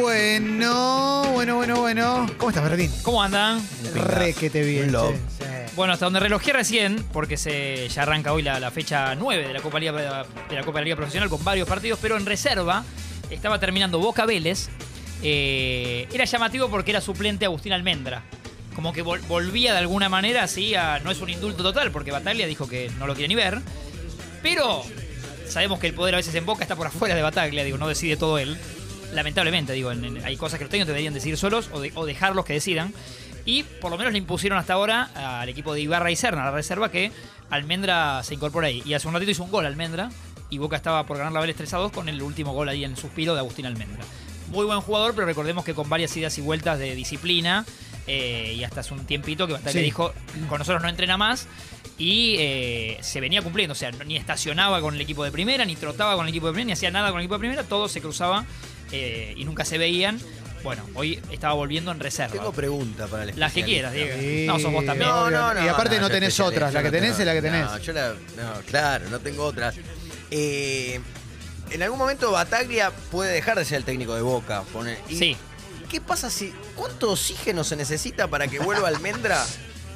Bueno, bueno, bueno, bueno. ¿Cómo estás, Bertín? ¿Cómo andan? Re que te bien. Un love. che. Sí. Bueno, hasta donde relojé recién, porque se, ya arranca hoy la, la fecha 9 de la, Copa Liga, de la Copa de la Liga Profesional con varios partidos, pero en reserva estaba terminando Boca Vélez. Eh, era llamativo porque era suplente Agustín Almendra. Como que vol- volvía de alguna manera, sí, a- no es un indulto total, porque Bataglia dijo que no lo quiere ni ver. Pero sabemos que el poder a veces en Boca está por afuera de Bataglia, digo, no decide todo él. Lamentablemente, digo, en- en- hay cosas que los técnicos deberían decidir solos o, de- o dejarlos que decidan. Y por lo menos le impusieron hasta ahora al equipo de Ibarra y Serna, la reserva, que Almendra se incorpora ahí. Y hace un ratito hizo un gol Almendra y Boca estaba por ganar la Vélez 3 a 2 con el último gol ahí en el suspiro de Agustín Almendra. Muy buen jugador, pero recordemos que con varias idas y vueltas de disciplina eh, y hasta hace un tiempito que Bataglia Sí. dijo, con nosotros no entrena más y eh, se venía cumpliendo. O sea, no- ni estacionaba con el equipo de primera, ni trotaba con el equipo de primera, ni hacía nada con el equipo de primera, todo se cruzaba eh, y nunca se veían. Bueno, hoy estaba volviendo en reserva. Tengo pregunta para el Las que quieras, especialista. Diego. No, sos vos también. No, no, no. Y aparte no, yo tenés especialista, otras. La que no tenés tengo- es la que tenés. No, yo la. No, claro, no tengo otras. Eh, en algún momento Bataglia puede dejar de ser el técnico de Boca. Poner, y Sí. ¿Qué pasa si. ¿Cuánto oxígeno se necesita para que vuelva Almendra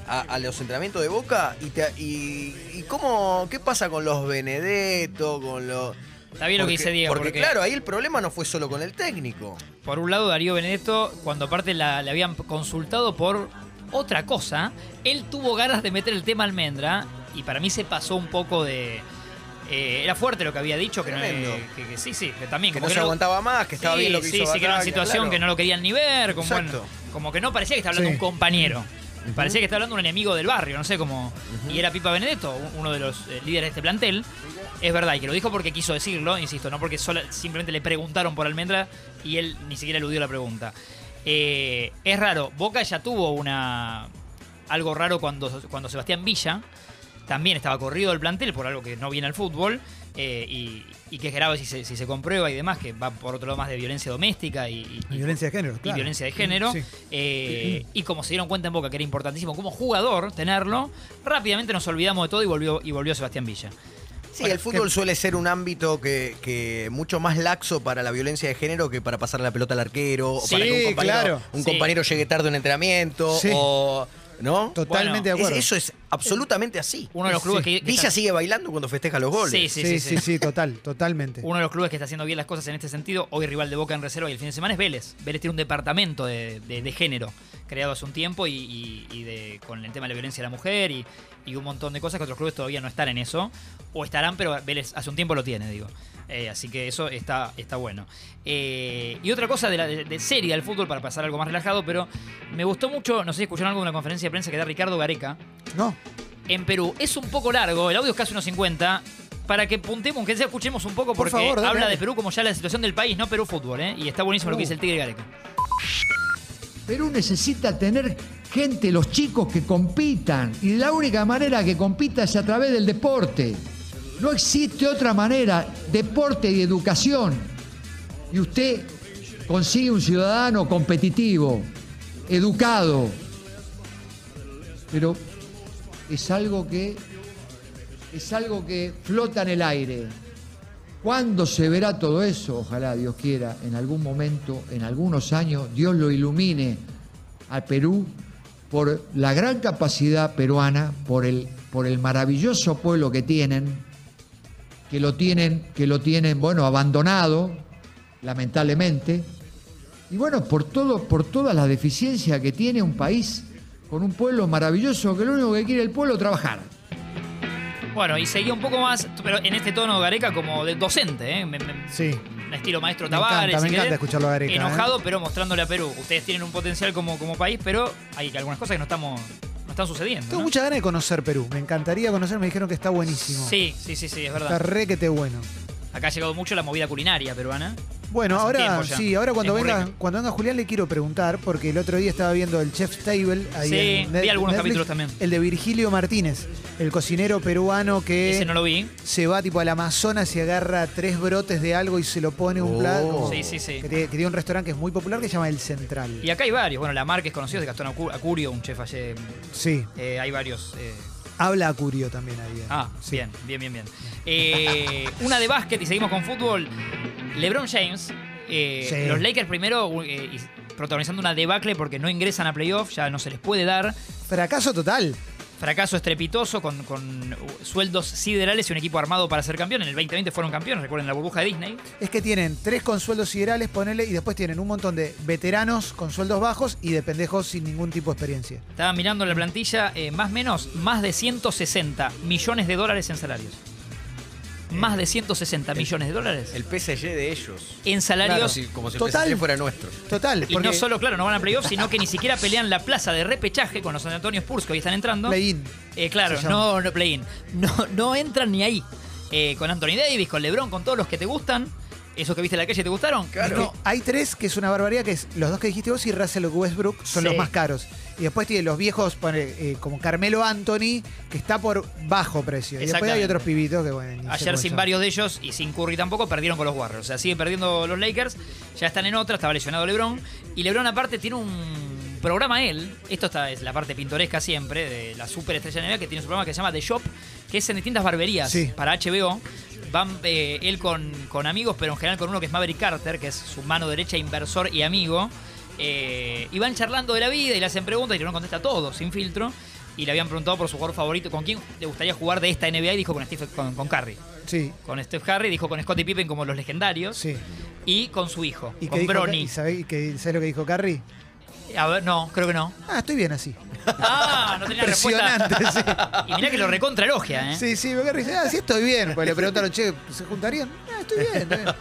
a, a los entrenamientos de Boca? ¿Y, te- y, y cómo. ¿Qué pasa con los Benedetto? Con los. Está bien lo que Porque- dice Diego, Porque, porque- claro, ahí el problema no fue solo con el técnico. Por un lado, Darío Benedetto, cuando aparte la, le habían consultado por otra cosa, él tuvo ganas de meter el tema almendra y para mí se pasó un poco de. eh, era fuerte lo que había dicho, que, no, Tremendo. que- que sí, sí, que también. Que como no se lo- aguantaba más, que estaba sí, bien lo que sí, hizo sí, que era una Bataglia, situación claro. que no lo querían ni ver, como, Exacto. bueno, como que no parecía que estaba hablando Sí. un compañero. Parecía que estaba hablando un enemigo del barrio, no sé cómo. Y era Pipa Benedetto, un- uno de los eh, líderes de este plantel. Es verdad, y que lo dijo porque quiso decirlo, insisto, no porque sola- simplemente le preguntaron por Almendra y él ni siquiera eludió la pregunta. Eh, es raro, Boca ya tuvo una algo raro cuando, cuando Sebastián Villa también estaba corrido del plantel por algo que no viene al fútbol eh, y, y que es grave si se, si se comprueba y demás, que va por otro lado más de violencia doméstica y, y- y- Violencia de género, y claro. violencia de género. Sí. eh, y como se dieron cuenta en Boca que era importantísimo como jugador tenerlo, rápidamente nos olvidamos de todo y volvió, y volvió Sebastián Villa. Sí, Bueno, el fútbol suele ser un ámbito que, que mucho más laxo para la violencia de género que para pasar la pelota al arquero o Sí, para que un compañero, claro. un Sí. compañero llegue tarde a un entrenamiento Sí. o no. Totalmente Bueno, de acuerdo. Es- eso es absolutamente así. Uno de los clubes Sí. que, que Villa está- sigue bailando cuando festeja los goles. Sí, sí, sí, sí. total, totalmente. Uno de los clubes que está haciendo bien las cosas en este sentido, hoy rival de Boca en reserva y el fin de semana es Vélez. Vélez tiene un departamento de, de- de género creado hace un tiempo y, y- y de- con el tema de la violencia de la mujer y, y un montón de cosas que otros clubes todavía no están en eso. O estarán, pero Vélez hace un tiempo lo tiene, digo. Eh, así que eso está, está bueno. Eh, y otra cosa de, la, de, de serie del fútbol, para pasar algo más relajado, pero me gustó mucho, no sé si escucharon algo de una conferencia de prensa que da Ricardo Gareca, No, en Perú. Es un poco largo, el audio es casi unos 50. Para que puntemos, que sea, escuchemos un poco, Por porque favor, dale, habla dale. de Perú como ya la situación del país, no Perú fútbol, ¿eh? Y está buenísimo lo que Uh. dice el Tigre Gareca. Perú necesita tener gente, los chicos que compitan. Y la única manera que compita es a través del deporte. No existe otra manera, deporte y educación. Y usted consigue un ciudadano competitivo, educado. Pero es algo que es algo que flota en el aire. ¿Cuándo se verá todo eso? Ojalá Dios quiera, en algún momento, en algunos años, Dios lo ilumine al Perú por la gran capacidad peruana, por el, por el maravilloso pueblo que tienen, que lo tienen, que lo tienen, bueno, abandonado, lamentablemente, y bueno, por todo, por todas las deficiencias que tiene un país con un pueblo maravilloso que lo único que quiere el pueblo es trabajar. Bueno, y seguía un poco más, pero en este tono Gareca como de docente, ¿eh? Me- me- sí. un estilo maestro Me Tavares. encanta, si me encanta querés. escucharlo a Gareca, ¿eh? Enojado, pero mostrándole a Perú. Ustedes tienen un potencial como, como país, pero hay algunas cosas que no, estamos, no están sucediendo. Tengo ¿no? muchas ganas de conocer Perú. Me encantaría conocer, me dijeron que está buenísimo. Sí, sí, sí, sí, es Está verdad. re que te bueno. Acá ha llegado mucho la movida culinaria peruana. Bueno, Hace ahora tiempo ya. sí, ahora cuando Es muy venga, rico. cuando venga Julián le quiero preguntar, porque el otro día estaba viendo el Chef's Table ahí Sí, en Net- vi algunos Netflix, capítulos también. El de Virgilio Martínez, el cocinero peruano que Ese no lo vi. se va tipo al Amazonas y agarra tres brotes de algo y se lo pone en un Oh. plato. Sí, sí, sí. Que, tiene, que tiene un restaurante que es muy popular que se llama El Central. Y acá hay varios. Bueno, la marca es conocida, es de Gastón Acu- Acurio, un chef ayer. Sí, eh, hay varios. eh, habla a Curio también ahí. eh. Ah, Sí. bien, bien, bien, bien. Eh, una de básquet y seguimos con fútbol. LeBron James Eh, Sí. Los Lakers primero eh, y- protagonizando una debacle porque no ingresan a playoff, ya no se les puede dar. Fracaso total. Fracaso estrepitoso con, con sueldos siderales y un equipo armado para ser campeón. En el 2020 fueron campeones, recuerden la burbuja de Disney. Es que tienen tres con sueldos siderales, ponele, y después tienen un montón de veteranos con sueldos bajos y de pendejos sin ningún tipo de experiencia. Estaba mirando la plantilla, eh, más o menos, más de 160 millones de dólares en salarios. Más de 160 millones de dólares El PSG de ellos. en salarios. Claro, si- como si el Total. PSG fuera nuestro. Total, Y porque no solo, claro, no van a playoffs, sino que ni siquiera pelean la plaza de repechaje con los San Antonio Spurs que hoy están entrando. play-in. Eh, claro, Se llama. no, no play-in. No, no entran ni ahí. Eh, con Anthony Davis, con LeBron, con todos los que te gustan. Esos que viste en la calle te gustaron. Claro. No, Ah, Hay tres que es una barbaridad, que es los dos que dijiste vos y Russell Westbrook son Sí. los más caros. Y después tiene los viejos, ponele, eh, como Carmelo Anthony, que está por bajo precio. Y después hay Exactamente. otros pibitos que, bueno... ni sé Ayer cómo sin son. varios de ellos y sin Curry tampoco perdieron con los Warriors. O sea, siguen perdiendo los Lakers. Ya están en otra, estaba lesionado LeBron. Y LeBron aparte tiene un programa él. Esto está, es la parte pintoresca siempre de la superestrella NBA que tiene su programa que se llama The Shop, que es en distintas barberías Sí. para HBO. Van eh, él con, con amigos, pero en general con uno que es Maverick Carter, que es su mano derecha, inversor y amigo. Eh, y van charlando de la vida y le hacen preguntas y LeBron contesta todo, sin filtro. Y le habían preguntado por su jugador favorito, con quién le gustaría jugar de esta NBA y dijo con, Steve, con, con Curry Sí, con Steph Curry, dijo con Scottie Pippen como los legendarios sí. y con su hijo, ¿Y qué con dijo, Bronny. ¿y sabés, y qué- sabés lo que dijo Carrie? A ver, no, creo que no. Ah, estoy bien así. Ah, no tenía respuesta. Impresionante, sí. Y mirá que lo recontra elogia, ¿eh? Sí, sí, porque Carrie dice, ah, sí estoy bien. Pues le preguntaron, che, ¿se juntarían? Ah, estoy bien, estoy bien.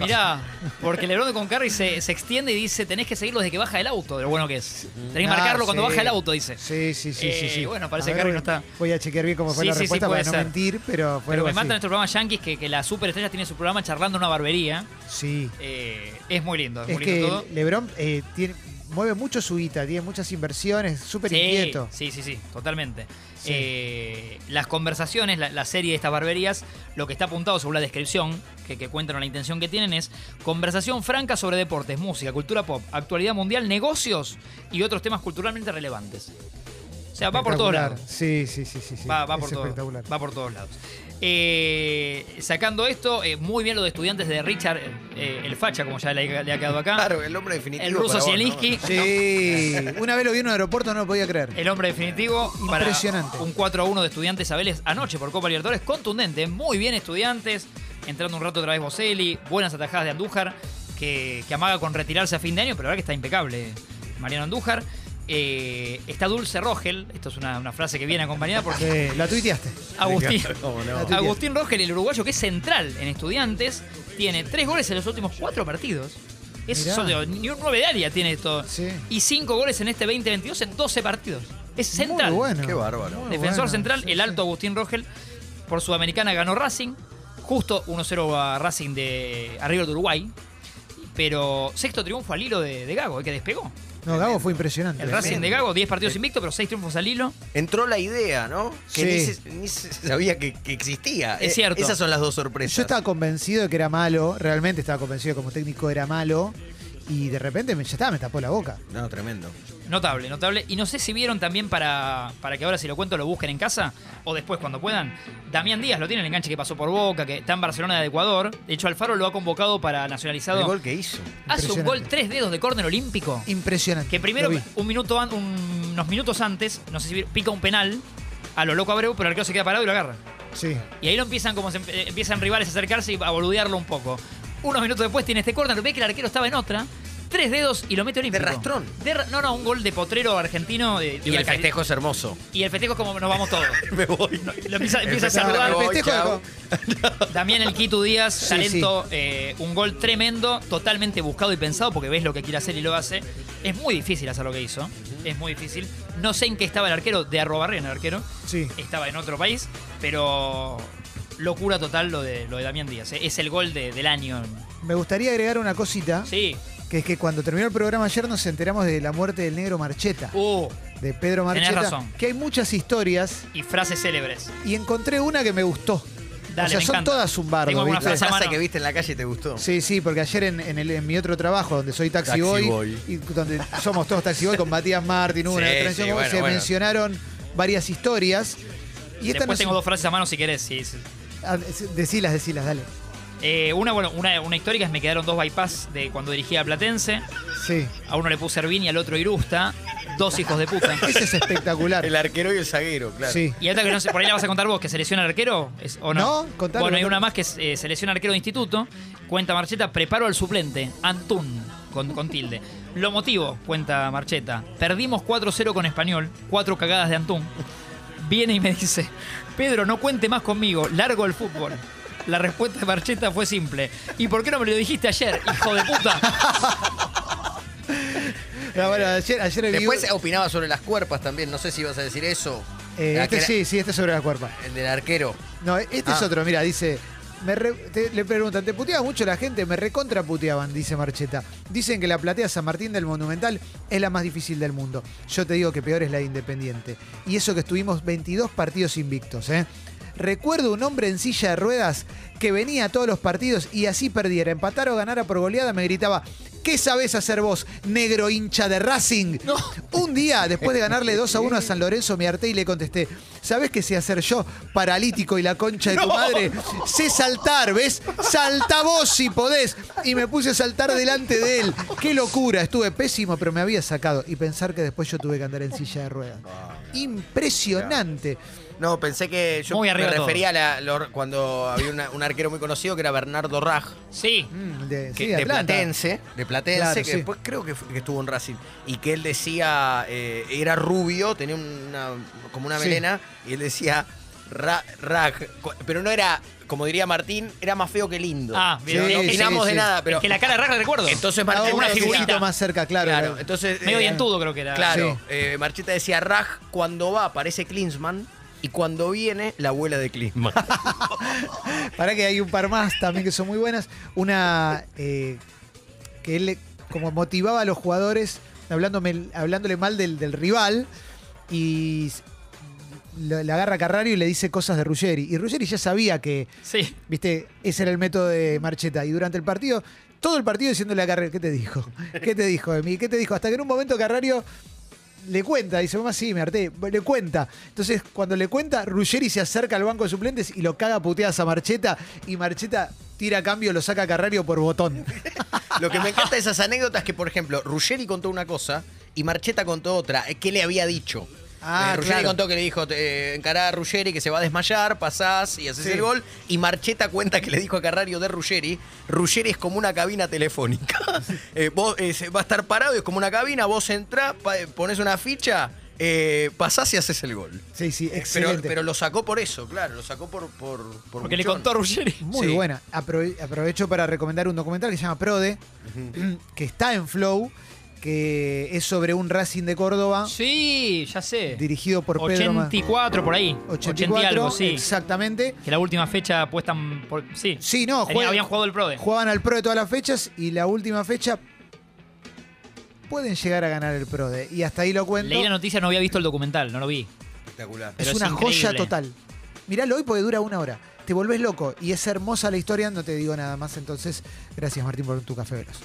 Mirá, porque LeBron con Curry se, se extiende y dice, tenés que seguirlo desde que baja el auto, de lo bueno que es. Tenés que Ah, marcarlo cuando sí. baja el auto, dice. Sí, sí, sí, sí, Eh, sí. bueno, parece A que Harry voy- no está. Voy a chequear bien cómo fue Sí, la sí, sí, respuesta puede para no ser. mentir, pero fue algo Pero me mata así. nuestro programa Yankees que, que la superestrella tiene su programa charlando en una barbería. Sí. Eh, es muy lindo, es, Es muy lindo que todo. LeBron eh, tiene- mueve mucho su guita, tiene muchas inversiones, súper inquieto. Sí, sí, sí, totalmente. Sí. Eh, las conversaciones, la, la serie de estas barberías, lo que está apuntado según la descripción que, que cuentan o la intención que tienen es conversación franca sobre deportes, música, cultura pop, actualidad mundial, negocios y otros temas culturalmente relevantes. O sea, va por todos Espectacular. lados. Sí, sí, sí, sí. sí. Va, va Es por todo, espectacular. va por todos lados. Eh, sacando esto, eh, muy bien lo de estudiantes de Richard, eh, el facha, como ya le, le ha quedado acá. Claro, el hombre definitivo. Ah, el ruso para vos, ¿no? Zielinski. Sí, una vez lo vi en un aeropuerto, no lo podía creer. El hombre definitivo para Impresionante. un 4-1 de estudiantes a Vélez anoche por Copa Libertadores, contundente, muy bien estudiantes, entrando un rato otra vez Boselli, buenas atajadas de Andújar, que, que amaga con retirarse a fin de año, pero la verdad que está impecable Mariano Andújar. Eh, está Dulce Rogel, esto es una, una frase que viene acompañada porque Sí, la tuiteaste. Agustín, ¿Cómo no? La tuiteaste. Agustín Rogel, el uruguayo que es central en estudiantes, tiene tres goles en los últimos cuatro partidos. Es Mirá. solo- ni un 9 de área tiene esto. Sí. Y cinco goles en este 2022 en 12 partidos. Es central. Muy bueno. Qué bárbaro. Muy Defensor bueno, central, sí, el sí. alto Agustín Rogel. Por Sudamericana ganó Racing. Justo 1-0 a Racing de arriba de Uruguay. Pero sexto triunfo al hilo de, de Gago, el que despegó. No, Gago fue impresionante. El Racing de Gago, 10 partidos invicto, pero 6 triunfos al hilo. Entró la idea, ¿no? Que Sí. ni, se, ni se sabía que, que existía. Es Eh, cierto. Esas son las dos sorpresas. Yo estaba convencido de que era malo, realmente estaba convencido como técnico era malo, y de repente me, ya estaba, me tapó la boca. No, tremendo. Notable, notable. Y no sé si vieron también para, para que ahora si lo cuento lo busquen en casa o después cuando puedan. Damián Díaz lo tiene el enganche que pasó por Boca, que está en Barcelona de Ecuador. De hecho, Alfaro lo ha convocado para nacionalizado. El gol que hizo. Hace un Impresionante. gol tres dedos de córner olímpico. Impresionante. Que primero, Lo vi. un minuto an- un- unos minutos antes, no sé si vieron, pica un penal a lo loco Abreu, pero el arquero se queda parado y lo agarra. Sí. Y ahí lo empiezan como se emp- empiezan rivales a acercarse y a boludearlo un poco. Unos minutos después tiene este córner, ve que el arquero estaba en otra, tres dedos y lo mete olímpico. rastrón. De ra- no, no, un gol de potrero argentino de- Y, el al- festejo es hermoso. y el festejo es como nos vamos todos. Me voy. Lo empieza, empieza a festejo saludar. me voy. festejo de chao. También el Quito Díaz, Sí, talento, eh, un gol tremendo, totalmente buscado y pensado porque ves lo que quiere hacer y lo hace. Es muy difícil hacer lo que hizo, es muy difícil. No sé en qué estaba el arquero, de Arrobarrena el arquero, Sí. estaba en otro país, pero locura total lo de, lo de Damián Díaz. eh. Es el gol de- del año. Me gustaría agregar una cosita, Sí, que es que cuando terminó el programa ayer nos enteramos de la muerte del negro Marcheta, uh, de Pedro tenés Marcheta, razón. que hay muchas historias y frases célebres. y encontré una que me gustó. Dale, o sea, me son encanta. todas un bardo, Tengo alguna ¿viste? frase La mano. que viste en la calle y te gustó. Sí, sí, porque ayer en, en el- en mi otro trabajo, donde soy taxi, Taxi boy, boy. y donde somos todos taxi boy, con Matías Martín, hubo una Sí, transición, sí, bueno, se bueno. mencionaron varias historias. Y esta Después no tengo dos frases a mano si querés. sí, sí. dos... Decilas, decilas, dale. Eh, una, bueno, una, una histórica es me quedaron dos bypass de cuando dirigía a Platense. Sí. A uno le puse Ervin y al otro Irusta. Dos hijos de puta. Ese es espectacular. El arquero y el zaguero, claro. Sí. Y otra que no sé, por ahí la vas a contar vos, que selecciona arquero, es- ¿o no? No, contalo, Bueno, hay contalo. una más que es, eh, selecciona arquero de instituto, cuenta Marcheta, preparo al suplente, Antún, con, con tilde. Lo motivo, cuenta Marcheta, perdimos 4-0 con Español, cuatro cagadas de Antún. Viene y me dice, Pedro, no cuente más conmigo, largo el fútbol. La respuesta de Marcheta fue simple. ¿Y por qué no me lo dijiste ayer, hijo de puta? Ah, bueno, ayer, ayer el Después vivo- opinaba sobre las cuerpas también, no sé si ibas a decir eso. Eh, Ah, este que era- sí, sí, este es sobre la cuerpa. El del arquero. No, este es Ah. otro, mira, dice. me re- te- le preguntan, ¿te puteaba mucho la gente? Me recontraputeaban, dice Marcheta. Dicen que la platea San Martín del Monumental es la más difícil del mundo. Yo te digo que peor es la de Independiente. Y eso que estuvimos 22 partidos invictos, ¿eh? Recuerdo un hombre en silla de ruedas que venía a todos los partidos y así perdiera, empatara o ganara por goleada, me gritaba, ¿qué sabés hacer vos, negro hincha de Racing? Un día, después de ganarle 2 a 1 a San Lorenzo, me harté y le contesté, ¿sabés qué sé hacer yo, paralítico y la concha de tu madre? Sé saltar, ¿ves? Salta vos si podés. Y me puse a saltar delante de él. Qué locura, estuve pésimo, pero me había sacado. Y pensar que después yo tuve que andar en silla de ruedas. Impresionante. No, pensé que yo Muy me arriba todo. refería a la- lo- cuando había una- un arquero muy conocido que era Bernardo Raj, Sí. Mm, de, que- sí, de Atlanta. Platense, de Platense, Claro, que sí. después creo que, fue- que estuvo en Racing, y que él decía, eh, era rubio, tenía una, como una Sí. melena, y él decía Ra- Raj, cu- pero no era, como diría Martín, era más feo que lindo. Ah, bien, no bien, sí, opinamos sí, de sí. nada, pero... Es que la cara de Rack la recuerdo. Entonces Estaba Martín una un decía- figurita. poquito más cerca, claro. Claro, claro. entonces... Medio eh, dientudo creo que era. Claro, Sí. eh, Marcheta decía, Raj cuando va aparece Klinsman y cuando viene la abuela de Klinsman. Para que hay un par más también que son muy buenas. Una eh, que él le- como motivaba a los jugadores hablándome, hablándole mal del, del rival y s- lo- le agarra a Carrario y le dice cosas de Ruggeri. Y Ruggeri ya sabía que, Sí. viste, ese era el método de Marcheta. Y durante el partido, todo el partido diciéndole a Carrario, ¿qué te dijo? ¿Qué te dijo, Emi? ¿Qué te dijo? Hasta que en un momento Carrario le cuenta, dice, mamá, sí, me harté, le cuenta. Entonces, cuando le cuenta, Ruggeri se acerca al banco de suplentes y lo caga a puteadas a Marcheta. Y Marcheta tira a cambio, lo saca a Carrario por botón. Lo que me encanta de esas anécdotas que, por ejemplo, Ruggeri contó una cosa y Marcheta contó otra. Eh, ¿Qué le había dicho? Ah, Eh, Ruggeri claro. contó que le dijo, eh, encará a Ruggeri que se va a desmayar, pasás y haces Sí. el gol. Y Marcheta cuenta que le dijo a Carrario de Ruggeri, Ruggeri es como una cabina telefónica. Eh, vos, eh, se- va a estar parado, es como una cabina, vos entrás, pa- eh, pones una ficha, eh, pasás y haces el gol. Eh, Sí, sí, Pero, excelente. pero lo sacó por eso, claro, lo sacó por... por, por Porque le buchón. contó a Ruggeri. Muy Sí. buena. Aprove- aprovecho para recomendar un documental que se llama Prode, que está en Flow, que es sobre un Racing de Córdoba Sí, ya sé. dirigido por Pedro Ma- 84 por ahí. 80 y algo, sí. exactamente. Que la última fecha puestan por. Sí. Sí, no, Tenía- juegan- habían jugado el Prode. Jugaban al Prode todas las fechas y la última fecha pueden llegar a ganar el Prode. Y hasta ahí lo cuento. Leí la noticia, no había visto el documental, no lo vi. Espectacular. pero Es es una joya increíble. total. Miralo hoy porque dura una hora. Te volvés loco y es hermosa la historia, no te digo nada más. Entonces, gracias Martín por tu café veloz.